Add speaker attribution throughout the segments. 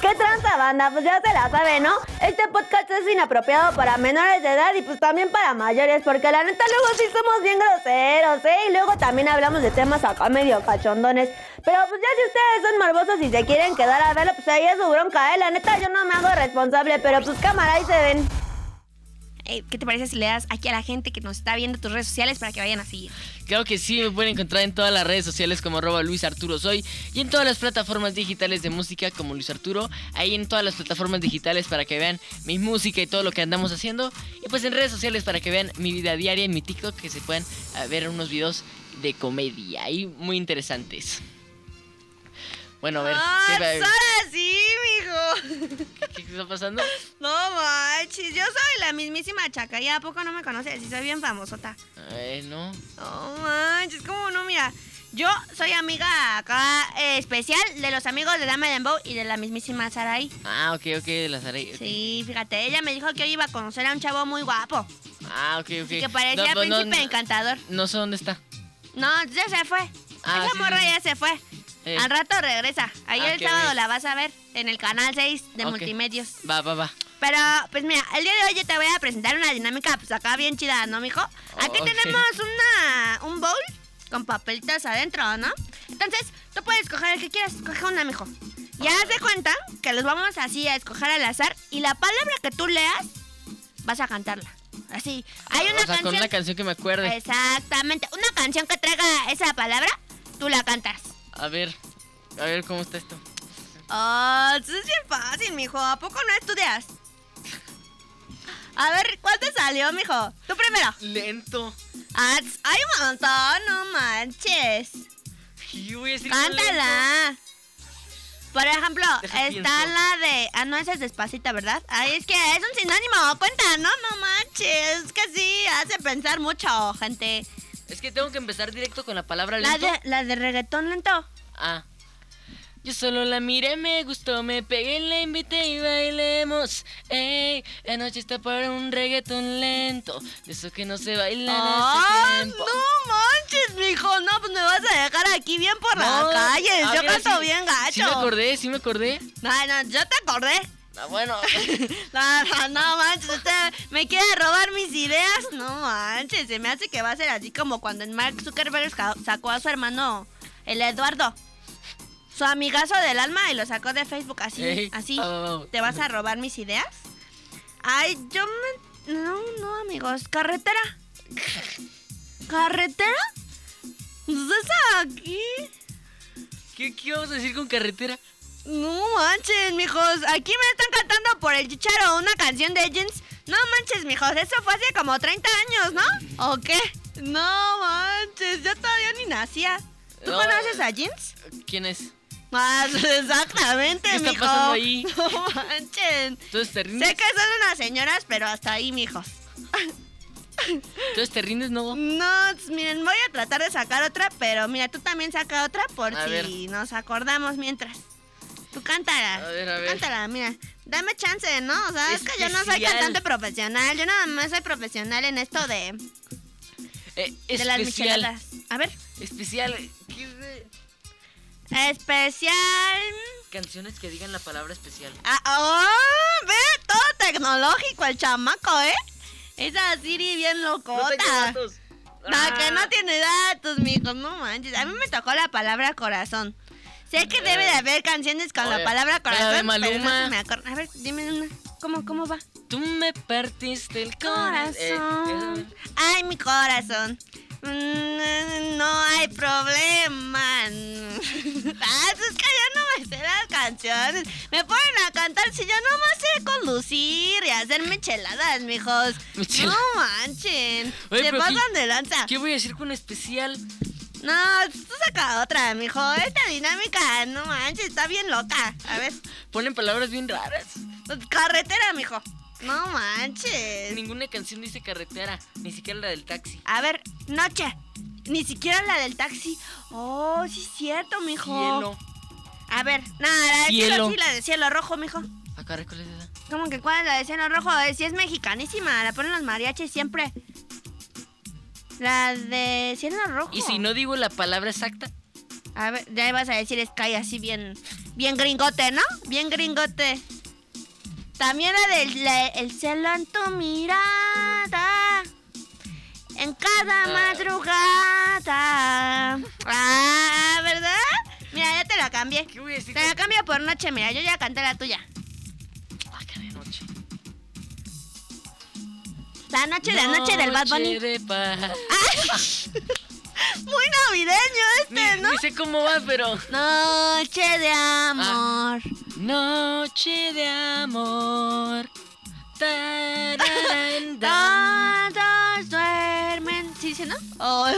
Speaker 1: ¿Qué tranza, banda? Pues ya se la sabe, ¿no? Este podcast es inapropiado para menores de edad y pues también para mayores, porque la neta luego sí somos bien groseros, ¿eh? Y luego también hablamos de temas acá medio cachondones. Pero pues ya si ustedes son morbosos y se quieren quedar a verlo, pues ahí es su bronca, ¿eh? La neta yo no me hago responsable, pero pues cámara, ahí se ven.
Speaker 2: Eh, ¿Qué te parece si le das aquí a la gente que nos está viendo tus redes sociales para que vayan a seguir?
Speaker 3: Claro que sí, me pueden encontrar en todas las redes sociales como arroba Luis Arturo Soy y en todas las plataformas digitales de música como Luis Arturo. Ahí en todas las plataformas digitales para que vean mi música y todo lo que andamos haciendo. Y pues en redes sociales para que vean mi vida diaria en mi TikTok que se puedan ah, ver unos videos de comedia y muy interesantes. Bueno, a ver, ¿qué, va-
Speaker 2: Ah, ahora sí, mijo!
Speaker 3: qué- qué está pasando?
Speaker 2: No manches, yo soy la mismísima chaca y a poco no me conoces, y soy bien famosota.
Speaker 3: Eh, no.
Speaker 2: No manches, cómo no, mira. Yo soy amiga acá eh, especial de los amigos de Dame Dembow y de la mismísima Sarai.
Speaker 3: Ah, ok, ok, las haré. ok.
Speaker 2: Sí, fíjate, ella me dijo que hoy iba a conocer a un chavo muy guapo,
Speaker 3: Ah, ok, ok.
Speaker 2: que parecía
Speaker 3: No, pues no,
Speaker 2: príncipe
Speaker 3: no,
Speaker 2: encantador.
Speaker 3: no sé dónde está.
Speaker 2: No, ya se fue.
Speaker 3: Ah,
Speaker 2: Esa
Speaker 3: sí,
Speaker 2: morra
Speaker 3: sí, sí.
Speaker 2: ya se fue.
Speaker 3: Eh.
Speaker 2: Al rato regresa. Ayer
Speaker 3: Ah,
Speaker 2: el
Speaker 3: qué
Speaker 2: sábado
Speaker 3: bien.
Speaker 2: la vas a ver en el canal 6 de
Speaker 3: Ok.
Speaker 2: Multimedios.
Speaker 3: Va, va, va.
Speaker 2: Pero, pues mira, el día de hoy yo te voy a presentar una dinámica, pues acá bien chida, ¿no, mijo? Aquí
Speaker 3: Ok.
Speaker 2: tenemos una, un bowl con papelitas adentro, ¿no? Entonces, tú puedes escoger el que quieras, escoge una, mijo. Ya haz de cuenta que los vamos así a escoger al azar y la palabra que tú leas, vas a cantarla. Así. Hay una
Speaker 3: Ah, o sea, con
Speaker 2: canción.
Speaker 3: una canción que me acuerde.
Speaker 2: Exactamente. Una canción que traiga esa palabra, tú la cantas.
Speaker 3: A ver, a ver cómo está esto.
Speaker 2: Ah, eso es bien fácil, mijo. ¿A poco no estudias? A ver, ¿cuál te salió, mijo? Tú primero.
Speaker 3: Lento.
Speaker 2: Ah, tss, hay un montón, no manches.
Speaker 3: Yo voy a decir que
Speaker 2: Cántala. Por ejemplo,
Speaker 3: Deja
Speaker 2: está
Speaker 3: pienso.
Speaker 2: la de... Ah, no, esa es despacita, ¿verdad? Ay, es que es un sinónimo. Cuenta, no, no manches. Es que sí, hace pensar mucho, gente.
Speaker 3: lento. Es que tengo que empezar directo con la palabra
Speaker 2: La
Speaker 3: lento.
Speaker 2: de, la de reggaetón lento.
Speaker 3: Ah. Yo solo la miré, me gustó, me pegué, la invité y bailemos. Ey, la noche está para un reggaetón lento. De eso que no se baila
Speaker 2: ¡Ah,
Speaker 3: en este tiempo.
Speaker 2: no manches, mijo! No, pues me vas a dejar aquí bien por las
Speaker 3: No,
Speaker 2: calles.
Speaker 3: a
Speaker 2: Yo
Speaker 3: ver,
Speaker 2: canto
Speaker 3: sí-
Speaker 2: bien
Speaker 3: Sí me
Speaker 2: gacho.
Speaker 3: acordé, sí me acordé.
Speaker 2: no, no, yo te acordé.
Speaker 3: Ah, bueno.
Speaker 2: No, no, no manches, usted me quiere robar mis ideas. No manches, se me hace que va a ser así como cuando el Mark Zuckerberg sa- sacó a su hermano, el Eduardo. Su amigazo del alma y lo sacó de Facebook así,
Speaker 3: Ey,
Speaker 2: así.
Speaker 3: va, va, va.
Speaker 2: ¿Te vas a robar mis ideas? Ay, yo me... No, no, amigos. Carretera. ¿Carretera? ¿Estás aquí?
Speaker 3: ¿Qué, ¿Qué vamos a decir con carretera?
Speaker 2: No manches, mijos. Aquí me están cantando por el chicharo una canción de Jeans. No manches, mijos. Eso fue hace como 30 años, ¿no? ¿O qué? No manches. Yo todavía ni nacía. ¿Tú
Speaker 3: No.
Speaker 2: conoces a Jeans?
Speaker 3: ¿Quién es?
Speaker 2: Ah, exactamente,
Speaker 3: ¿Qué está
Speaker 2: mijo.
Speaker 3: pasando ahí?
Speaker 2: No manches.
Speaker 3: Entonces te rindes.
Speaker 2: Sé que son unas señoras, pero hasta ahí, mijos.
Speaker 3: Entonces te rindes, no.
Speaker 2: No, pues, miren, voy a tratar de sacar otra, pero mira, tú también saca otra por
Speaker 3: A
Speaker 2: si
Speaker 3: ver.
Speaker 2: nos acordamos mientras. Tú cántala.
Speaker 3: A ver, a
Speaker 2: tú
Speaker 3: ver.
Speaker 2: Cántala, mira. Dame chance, ¿no? O sea, es, que yo no soy
Speaker 3: Especial.
Speaker 2: cantante profesional. Yo nada más soy profesional en esto de,
Speaker 3: Eh,
Speaker 2: de las
Speaker 3: especial.
Speaker 2: micheladas. A ver.
Speaker 3: Especial. ¿Qué es de-
Speaker 2: Especial.
Speaker 3: Canciones que digan la palabra especial.
Speaker 2: Ah, oh, ve, todo tecnológico el chamaco, ¿eh? Esa Siri bien locota. No,
Speaker 3: Ah.
Speaker 2: que no tiene datos, mijos, no manches. A mí me tocó la palabra corazón. Sé que debe de haber canciones con la
Speaker 3: Ah. Oye,
Speaker 2: palabra
Speaker 3: la de
Speaker 2: corazón, pero no
Speaker 3: Maluma.
Speaker 2: se me acuerda. A ver, dime una. ¿Cómo, cómo va?
Speaker 3: Tú me partiste el
Speaker 2: Corazón.
Speaker 3: corazón. Eh,
Speaker 2: Ay, mi corazón. Mm, No hay problema. Ah, pues es que yo no me sé las canciones. Me ponen a cantar si yo nomás sé conducir y hacer micheladas, mijos.
Speaker 3: Michela-
Speaker 2: No manchen. se
Speaker 3: Oye, pero ¿qué-
Speaker 2: pasan de lanza.
Speaker 3: ¿Qué voy a decir con especial?
Speaker 2: No, tú saca otra, mijo. Esta dinámica, no manches, está bien loca. A ver,
Speaker 3: Ponen palabras bien raras.
Speaker 2: carretera, mijo. No manches.
Speaker 3: Ninguna canción dice carretera, ni siquiera la del taxi.
Speaker 2: A ver, noche. Ni siquiera la del taxi. Oh, sí es cierto, mijo.
Speaker 3: Cielo.
Speaker 2: A ver, nada, la de cielo.
Speaker 3: Cielo.
Speaker 2: sí, la de cielo rojo, mijo.
Speaker 3: Ah, caray, ¿cuál es esa?
Speaker 2: ¿Cómo que cuál es la de cielo rojo? Eh, Sí es mexicanísima, la ponen los mariachis siempre. La de cielo rojo.
Speaker 3: Y si no digo la palabra exacta,
Speaker 2: A ver, ya ibas a decir Sky así bien, bien gringote, ¿no? Bien gringote. También la del la- el cielo en tu mirada. En
Speaker 3: Ah.
Speaker 2: cada madrugada. Ah, ¿verdad? Mira, ya te la cambié.
Speaker 3: ¿Qué voy a decir?
Speaker 2: Te la cambio por noche, mira, yo ya canté la tuya.
Speaker 3: Vaca de noche.
Speaker 2: La noche, la noche del Bad Bunny. Ah,
Speaker 3: Noche de paz.
Speaker 2: Muy navideño este,
Speaker 3: Ni-
Speaker 2: ¿no?
Speaker 3: ni sé cómo va, pero.
Speaker 2: Noche de amor.
Speaker 3: Ah. Noche de amor. Tararán, dan.
Speaker 2: Todos duermen. ¿Sí dice, no? O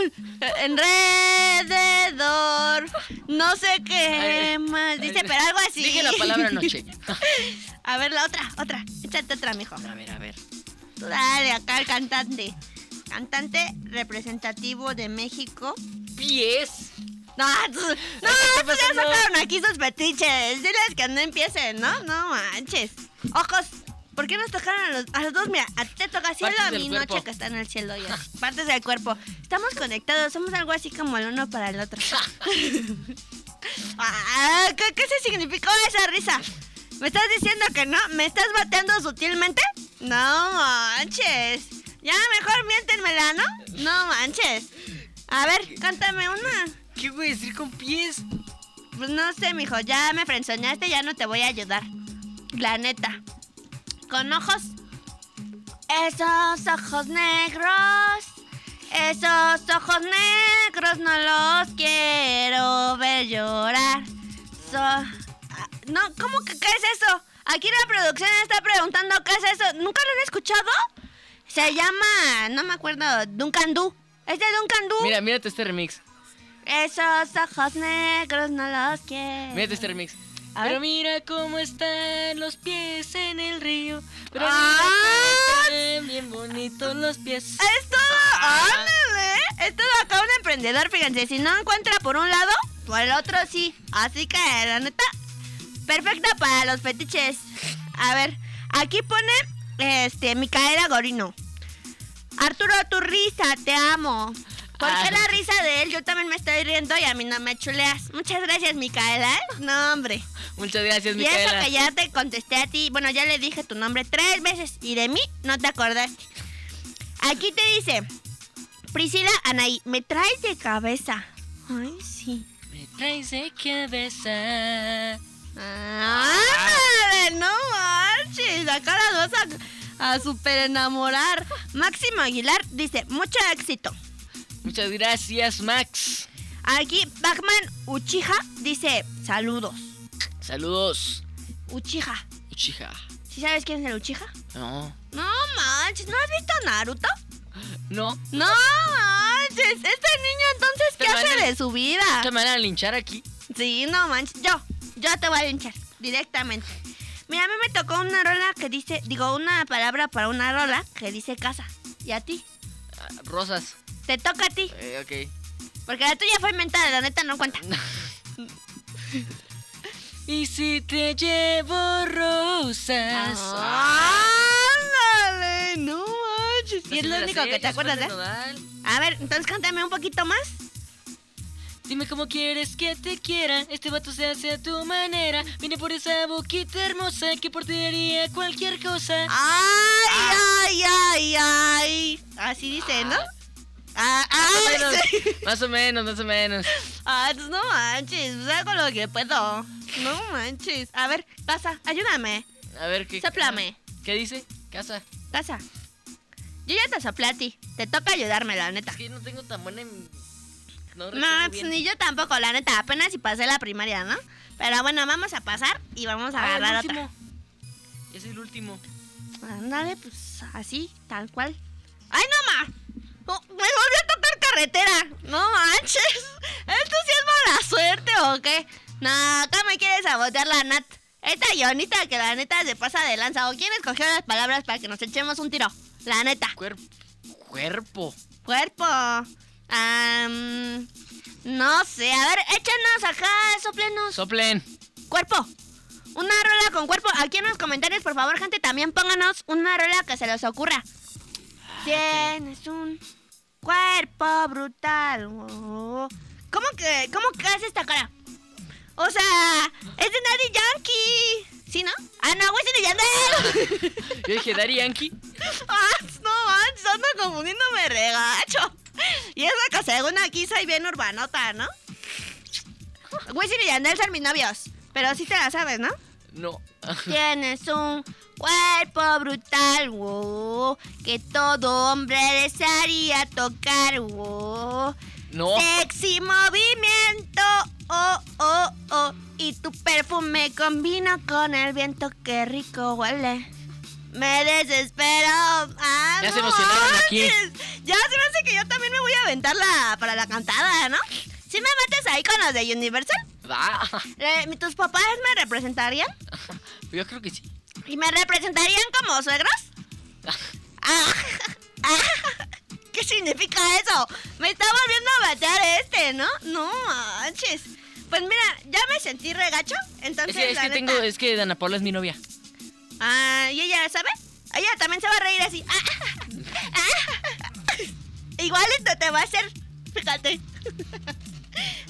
Speaker 2: enrededor. No sé qué
Speaker 3: Ay,
Speaker 2: más. Dice, pero algo así.
Speaker 3: Dije la palabra noche.
Speaker 2: A ver, la otra, otra. Échate otra, mijo.
Speaker 3: A ver, a ver.
Speaker 2: Tú dale acá al cantante. Cantante representativo de México.
Speaker 3: Pies.
Speaker 2: No, tú- no,
Speaker 3: está
Speaker 2: tú ya
Speaker 3: pasando?
Speaker 2: sacaron aquí sus fetiches. Diles que no empiecen, ¿no? No manches. Ojos. ¿Por qué nos tocaron a los, a los dos? Mira, a ti te toca cielo,
Speaker 3: Partes
Speaker 2: a
Speaker 3: del
Speaker 2: mi noche
Speaker 3: cuerpo.
Speaker 2: que está en el cielo. y así. Partes del cuerpo. Estamos conectados, somos algo así como el uno para el otro. Ah, ¿qué, qué se significó esa risa? ¿Me estás diciendo que no? ¿Me estás bateando sutilmente? No manches. Ya mejor miéntenmela, ¿no? No manches. A ver, cántame una.
Speaker 3: ¿Qué voy a decir con pies?
Speaker 2: Pues no sé, mijo, ya me frenzoñaste, ya no te voy a ayudar. La neta. Con ojos. Esos ojos negros. Esos ojos negros no los quiero ver llorar. So- ah, No, ¿cómo que qué es eso? Aquí la producción está preguntando qué es eso. ¿Nunca lo han escuchado? Se llama, no me acuerdo, Duncan Du. Es de Duncan Du.
Speaker 3: Mira, mírate este remix.
Speaker 2: Esos ojos negros no los quiero.
Speaker 3: Mírate este remix.
Speaker 2: A ver.
Speaker 3: Pero mira cómo están los pies en el río. Pero mira
Speaker 2: ¡Ah!
Speaker 3: cómo están bien bonitos los pies.
Speaker 2: Es todo,
Speaker 3: Ah.
Speaker 2: ándale, es todo acá un emprendedor, fíjense, si no encuentra por un lado, por el otro sí. Así que, la neta, perfecta para los fetiches. A ver, aquí pone, este, Micaela Gorino. Arturo, tu risa, te amo. ¿Por qué
Speaker 3: Ah.
Speaker 2: la risa de él? Yo también me estoy riendo y a mí no me chuleas. Muchas gracias, Micaela. ¿eh? No, hombre.
Speaker 3: Muchas gracias,
Speaker 2: Y eso
Speaker 3: Micaela.
Speaker 2: que ya te contesté a ti, bueno, ya le dije tu nombre tres veces y de mí no te acordaste. Aquí te dice, Priscila Anaí, me traes de cabeza. Ay, sí.
Speaker 3: Me traes de cabeza.
Speaker 2: Ah, no manches, acá las vas a, a super enamorar. Máximo Aguilar dice, mucho éxito.
Speaker 3: Muchas gracias, Max.
Speaker 2: Aquí Bachman Uchiha dice, saludos.
Speaker 3: Saludos,
Speaker 2: Uchiha,
Speaker 3: Uchiha.
Speaker 2: ¿sí sabes quién es el Uchiha?
Speaker 3: No,
Speaker 2: No manches, ¿no has visto Naruto?
Speaker 3: no.
Speaker 2: No manches, este niño entonces ¿qué
Speaker 3: Te van
Speaker 2: hace
Speaker 3: a-
Speaker 2: de su vida?
Speaker 3: ¿Te van a linchar aquí?
Speaker 2: Sí, no manches, yo, yo te voy a linchar directamente. Mira, a mí me tocó una rola que dice, digo, una palabra para una rola que dice casa. ¿Y a ti?
Speaker 3: Ah, Rosas.
Speaker 2: Te toca a ti,
Speaker 3: Eh, ok.
Speaker 2: porque la tuya fue inventada, la neta no cuenta.
Speaker 3: Y si te llevo rosas.
Speaker 2: Ah.
Speaker 3: Ah,
Speaker 2: ¡Ándale! No manches.
Speaker 3: Las
Speaker 2: Y es lo único
Speaker 3: primeras
Speaker 2: que te
Speaker 3: hechas,
Speaker 2: acuerdas,
Speaker 3: Juan
Speaker 2: ¿eh?
Speaker 3: de Nodal.
Speaker 2: A ver, entonces cántame un poquito más.
Speaker 3: Dime cómo quieres que te quiera. Este vato se hace a tu manera. Viene por esa boquita hermosa que por ti haría cualquier cosa.
Speaker 2: ¡Ay, ay, ay, ay! Así dice, ¿no? Ah,
Speaker 3: Más o
Speaker 2: ay,
Speaker 3: menos,
Speaker 2: sí.
Speaker 3: más o menos, más o menos.
Speaker 2: Ah, pues no manches, pues hago lo que puedo. No manches. A ver, pasa, ayúdame.
Speaker 3: A ver qué.
Speaker 2: Sáplame.
Speaker 3: ¿Qué dice? Casa.
Speaker 2: Pasa. Yo ya te soplé a ti. Te toca ayudarme, la neta.
Speaker 3: Es que yo no tengo tan buena. en- No
Speaker 2: No,
Speaker 3: recuerdo
Speaker 2: pues
Speaker 3: bien.
Speaker 2: ni yo tampoco, la neta. Apenas si pasé la primaria, ¿no? Pero bueno, vamos a pasar y vamos a
Speaker 3: Ah, el
Speaker 2: agarrar otra.
Speaker 3: último. Es el último.
Speaker 2: Ándale, pues así, tal cual. ¡Ay, no ma! No, me volvió a tocar carretera. No manches. Esto sí es mala suerte o qué. No, acá me quiere sabotear la Nat. Esta guionita que la neta se pasa de lanza. ¿O quién escogió las palabras para que nos echemos un tiro? La neta.
Speaker 3: Cuerpo. Cuerpo.
Speaker 2: Cuerpo. Am, no sé. A ver, échanos acá, soplenos.
Speaker 3: Soplen.
Speaker 2: Cuerpo. Una rola con cuerpo. Aquí en los comentarios, por favor, gente, también pónganos una rola que se les ocurra. Ah, Tienes un cuerpo brutal. Oh, oh, oh. ¿Cómo que, cómo que hace esta cara? O sea, es de Daddy Yankee. ¿Sí, no? Ah, no, güey, es de Yandel.
Speaker 3: Yo dije, Dari Yankee.
Speaker 2: Ah, no manches, ando confundiéndome regacho. Y es la que según aquí soy bien urbanota, ¿no? Wisin y Yandel son mis novios, pero sí te la sabes, ¿no?
Speaker 3: No.
Speaker 2: Tienes un cuerpo brutal, wow, que todo hombre desearía tocar, wow.
Speaker 3: No.
Speaker 2: Sexy movimiento, oh, oh, oh. Y tu perfume combina con el viento, qué rico huele. Me desespero. Ah,
Speaker 3: Ya se
Speaker 2: no
Speaker 3: emocionaron aquí.
Speaker 2: manches. Ya se me hace que yo también me voy a aventar la, para la cantada, ¿no? Si me metes ahí con los de Universal,
Speaker 3: Va.
Speaker 2: Eh, ¿tus papás me representarían?
Speaker 3: Yo creo que sí.
Speaker 2: ¿Y me representarían como suegros? Ah, ah, ¿Qué significa eso? Me está volviendo a batear este, ¿no? No manches. Pues mira, ya me sentí regacho,
Speaker 3: Es
Speaker 2: entonces
Speaker 3: que, es
Speaker 2: la
Speaker 3: que tengo,
Speaker 2: neta-
Speaker 3: es que Dana Paula es mi novia.
Speaker 2: Ah, ¿y ella sabe? Ella también se va a reír así. Ah, ah, ah. Igual esto te va a hacer, fíjate.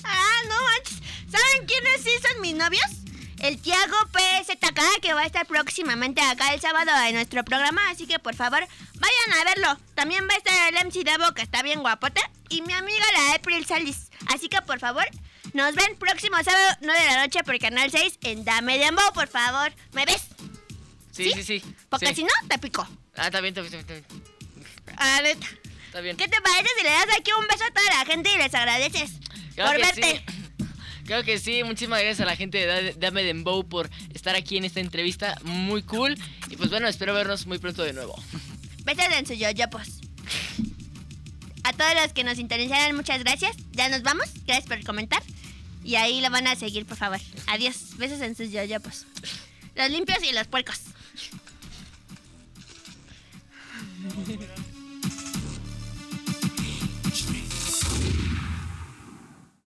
Speaker 2: ah, no manches. ¿Saben quiénes sí son mis novios? El Tiago PZK, que va a estar próximamente acá el sábado en nuestro programa, así que por favor vayan a verlo. También va a estar el MC Davo, que está bien guapota, y mi amiga la April Salis. Así que por favor, nos ven próximo sábado 9 de la noche por Canal 6 en Dame Dembow, por favor. ¿Me ves?
Speaker 3: Sí,
Speaker 2: ¿Sí?
Speaker 3: sí, sí.
Speaker 2: Porque
Speaker 3: sí.
Speaker 2: si no, te pico.
Speaker 3: Ah, está bien, está bien, está bien.
Speaker 2: Ah, neta.
Speaker 3: Está bien.
Speaker 2: ¿Qué te parece si le das aquí un beso a toda la gente y les agradeces
Speaker 3: Claro
Speaker 2: por
Speaker 3: que
Speaker 2: verte?
Speaker 3: sí. Claro que sí, muchísimas gracias a la gente de Da- Dame Dembow por estar aquí en esta entrevista muy cool. Y pues bueno, espero vernos muy pronto de nuevo.
Speaker 2: Besos en sus yoyopos. A todos los que nos interesaron, muchas gracias. Ya nos vamos. Gracias por comentar. Y ahí lo van a seguir, por favor. Adiós. Besos en pues. sus yoyopos. Los limpios y los puercos.